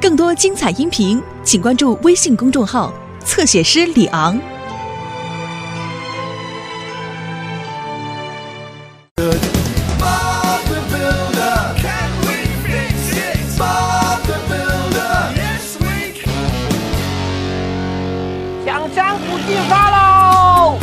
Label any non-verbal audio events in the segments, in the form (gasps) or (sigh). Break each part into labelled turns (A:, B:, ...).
A: 更多精彩音频，请关注微信公众号“侧写师李昂”。
B: Bob the Builder. Can we fix it? Bob the Builder. Yes, we can.
C: 抢山虎进发喽！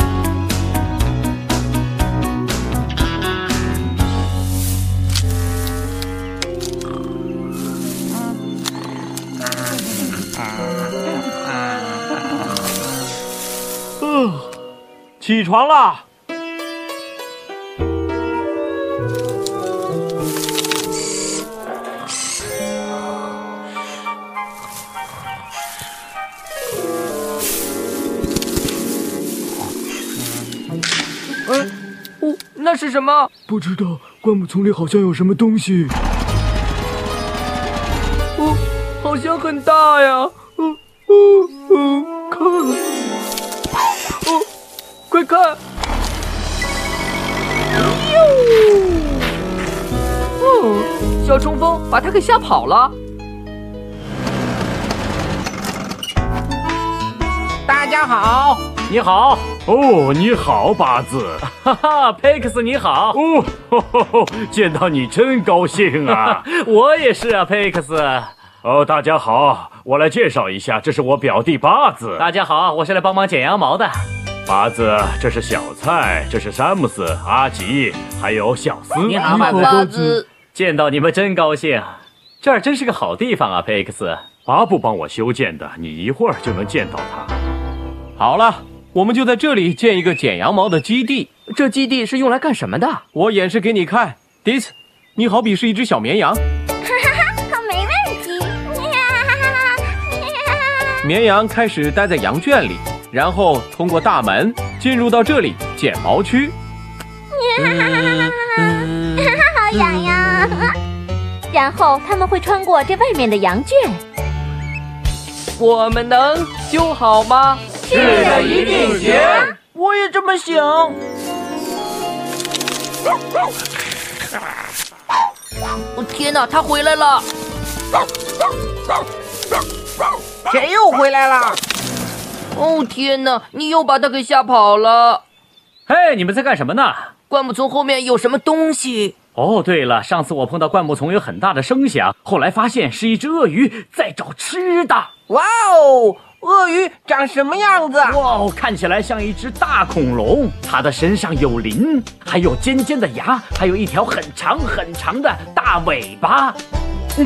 D: 嗯起床啦！
C: 哦，那是什么？
D: 不知道灌木丛里好像有什么东西。
C: 哦，好像很大呀！哦哦哦，看了！哦，快看！哟！哦，小冲锋把他给吓跑了。大家好，
E: 你好，哦，你好，八字，
F: 哈哈佩克斯你好，
E: 哦，吼吼吼，见到你真高兴啊！
F: (laughs) 我也是啊，佩克斯。
E: 哦，大家好，我来介绍一下，这是我表弟八字。
F: 大家好，我是来帮忙剪羊毛的。
E: 八字，这是小蔡，这是詹姆斯、阿吉，还有小斯。
F: 你好，
D: 你
F: 马
D: 好
F: 子，
D: 八字，
F: 见到你们真高兴。啊这儿真是个好地方啊，佩克斯。
E: 巴布帮我修建的，你一会儿就能见到他。
G: 好了，我们就在这里建一个剪羊毛的基地。
C: 这基地是用来干什么的？
G: 我演示给你看，Dis，你好比是一只小绵羊，
H: 没问题。
G: 绵羊开始待在羊圈里，然后通过大门进入到这里剪毛区。
H: 好痒痒。然后他们会穿过这外面的羊圈。
C: 我们能修好吗？
H: 是的，一定行。
C: 我也这么想。我天哪，他回来了！谁又回来了？哦天哪，你又把他给吓跑了！
F: 嘿，你们在干什么呢？
C: 灌木丛后面有什么东西？
F: 哦，对了，上次我碰到灌木丛有很大的声响，后来发现是一只鳄鱼在找吃的。
I: 哇哦，鳄鱼长什么样子？啊
F: 哇哦，看起来像一只大恐龙，它的身上有鳞，还有尖尖的牙，还有一条很长很长的大尾巴。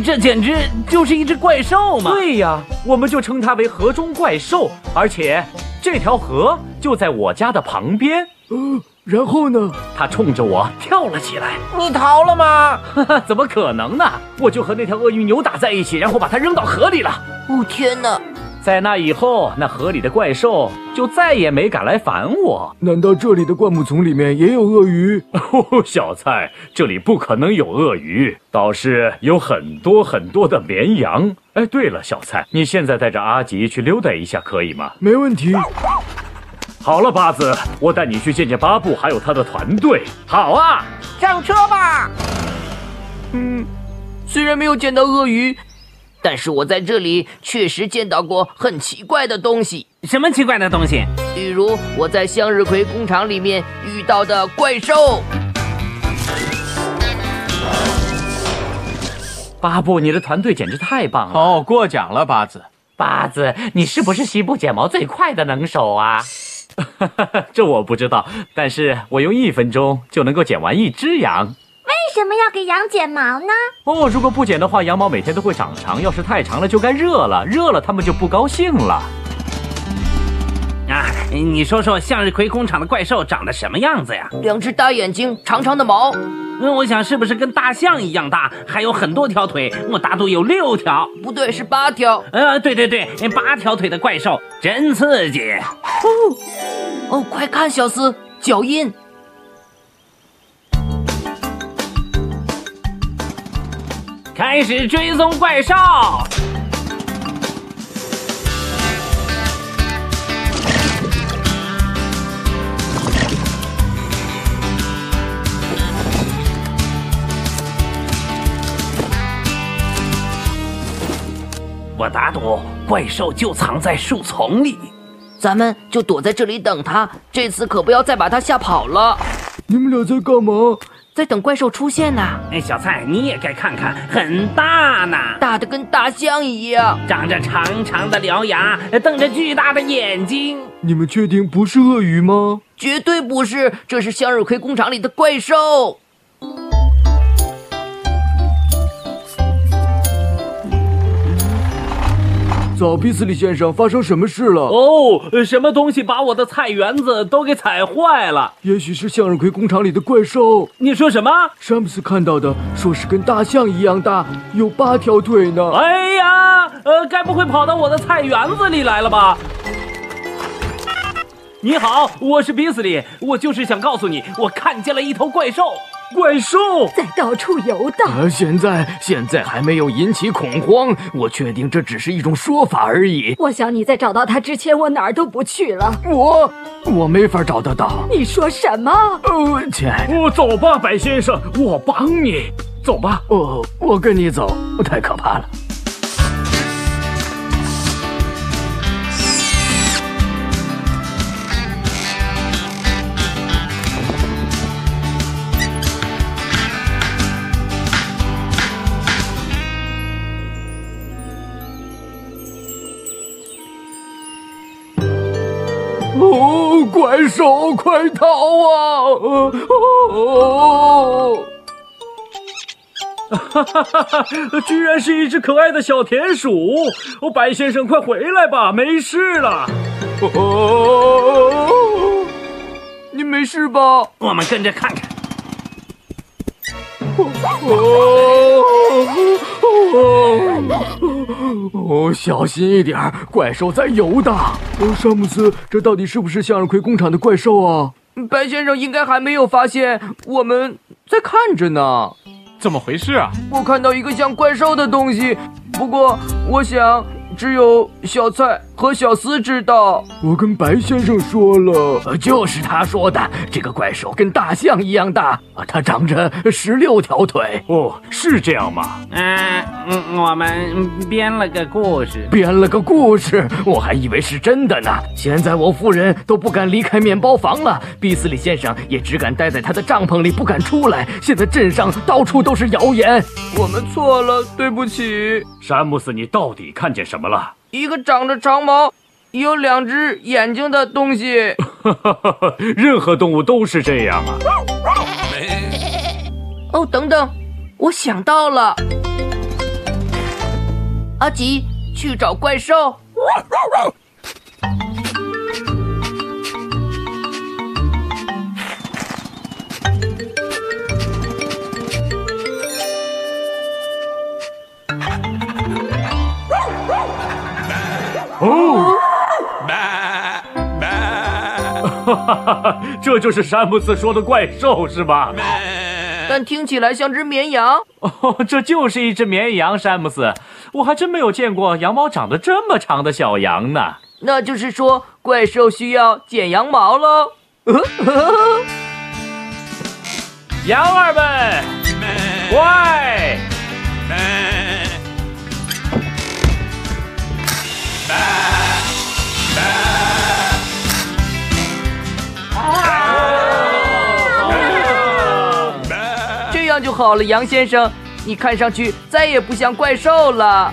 F: 这简直就是一只怪兽嘛！对呀，我们就称它为河中怪兽，而且这条河就在我家的旁 (gasps) 边。
D: 然后呢？
F: 它冲着我跳了起来， (laughs)
I: 你逃了吗？
F: 哈哈，怎么可能呢？我就和那条鳄鱼扭打在一起，然后把它扔到河里了。
C: 哦天哪！
F: 在那以后，那河里的怪兽就再也没敢来烦我。
D: 难道这里的灌木丛里面也有鳄鱼？
E: (laughs) 哦，小蔡，这里不可能有鳄鱼，倒是有很多很多的绵羊。哎，对了，小蔡，你现在带着阿吉去溜达一下，可以吗？
D: 没问题。
E: 好了，八子，我带你去见见巴布，还有他的团队。
F: 好啊，
I: 上车吧。
C: 嗯虽然没有见到鳄鱼，但是我在这里确实见到过很奇怪的东西，
F: 什么奇怪的东西？
C: 比如我在向日葵工厂里面遇到的怪兽。
F: 巴布，你的团队简直太棒了！
G: 哦，过奖了，八字。
F: 巴子，你是不是西部剪毛最快的能手
E: (laughs)
F: 啊？这我不知道，但是我用一分钟就能够剪完一只羊。
H: 为什么要给羊剪毛呢？
F: 哦，如果不剪的话，羊毛每天都会长长，要是太长了就该热了，热了它们就不高兴了。
J: 啊，你说说向日葵工厂的怪兽长得什么样子呀？
C: 两只大眼睛，长长的毛。
J: 嗯，我想是不是跟大象一样大，还有很多条腿？我打赌有六条。
C: 不对，是八条。
J: 呃，对对对，八条腿的怪兽真刺激。
C: 哦，快看，小斯，脚印。
J: 开始追踪怪兽。我打赌怪兽就藏在树丛里。
K: 咱们就躲在这里等他，这次可不要再把他吓跑了。
D: 你们俩在干嘛？
K: 在等怪兽出现呢、
J: 哎，小蔡，你也该看看，很大呢，
K: 大的跟大象一样，
J: 长着长长的獠牙，瞪着巨大的眼睛。
D: 你们确定不是鳄鱼吗？
K: 绝对不是，这是向日葵工厂里的怪兽。
D: 早比斯利先生，发生什么事了？
F: 哦，什么东西把我的菜园子都给踩坏了？
D: 也许是向日葵工厂里的怪兽。
F: 你说什么？
D: 詹姆斯看到的，说是跟大象一样大，有八条腿呢。
F: 哎呀，呃，该不会跑到我的菜园子里来了吧？你好，我是比斯利，我就是想告诉你，我看见了一头怪兽。怪兽
L: 在到处游荡。
D: 啊
M: 呃，现在现在还没有引起恐慌，我确定这只是一种说法而已。
L: 我想你在找到他之前，我哪儿都不去了。
M: 我我没法找得到。
L: 你说什么？
M: 呃，亲爱的，
E: 我走吧，白先生，我帮你。走吧，
M: 哦，我跟你走，太可怕了。
D: 哦，怪兽，快逃啊！哦哦
E: 哈哈哈哈！居然是一只可爱的小田鼠！哦，白先生，快回来吧，没事了。
D: 哦，你没事吧？
J: 我们跟着看看。
C: 哦
D: 哦哦哦！小心一点，怪兽在游荡。哦，詹姆斯，这到底是不是向日葵工厂的怪兽啊？
C: 嗯白先生应该还没有发现，我们在看着呢。
G: 怎么回事啊？
C: 我看到一个像怪兽的东西，不过我想只有小蔡和小斯知道。
D: 我跟白先生说了，
M: 呃就是他说的，这个怪兽跟大象一样大，啊它长着十六条腿。
E: 哦，是这样吗？
J: 嗯嗯，我们编了个故事。
M: 编了个故事，我还以为是真的呢。现在我夫人都不敢离开面包房了，比斯利先生也只敢待在他的帐篷里，不敢出来。现在镇上到处都是谣言。
C: 我们错了，对不起。
E: 詹姆斯，你到底看见什么
F: (laughs)
E: 了？
C: 一个长着长毛、有两只眼睛的东西。 (laughs)
E: 任何动物都是这样
F: (laughs)
E: 啊。
K: 哦，等等，我想到了，阿吉去找怪兽。
E: 哦，哈哈哈！这就是詹姆斯说的怪兽是吧？
C: 但听起来像只绵羊。
F: 哦， (laughs) 这就是一只绵羊，詹姆斯，我还真没有见过羊毛长得这么长的小羊呢。
C: 那就是说，怪兽需要剪羊毛喽。
F: 羊儿们，快！
C: 这样就好了，羊先生，你看上去再也不像怪兽了。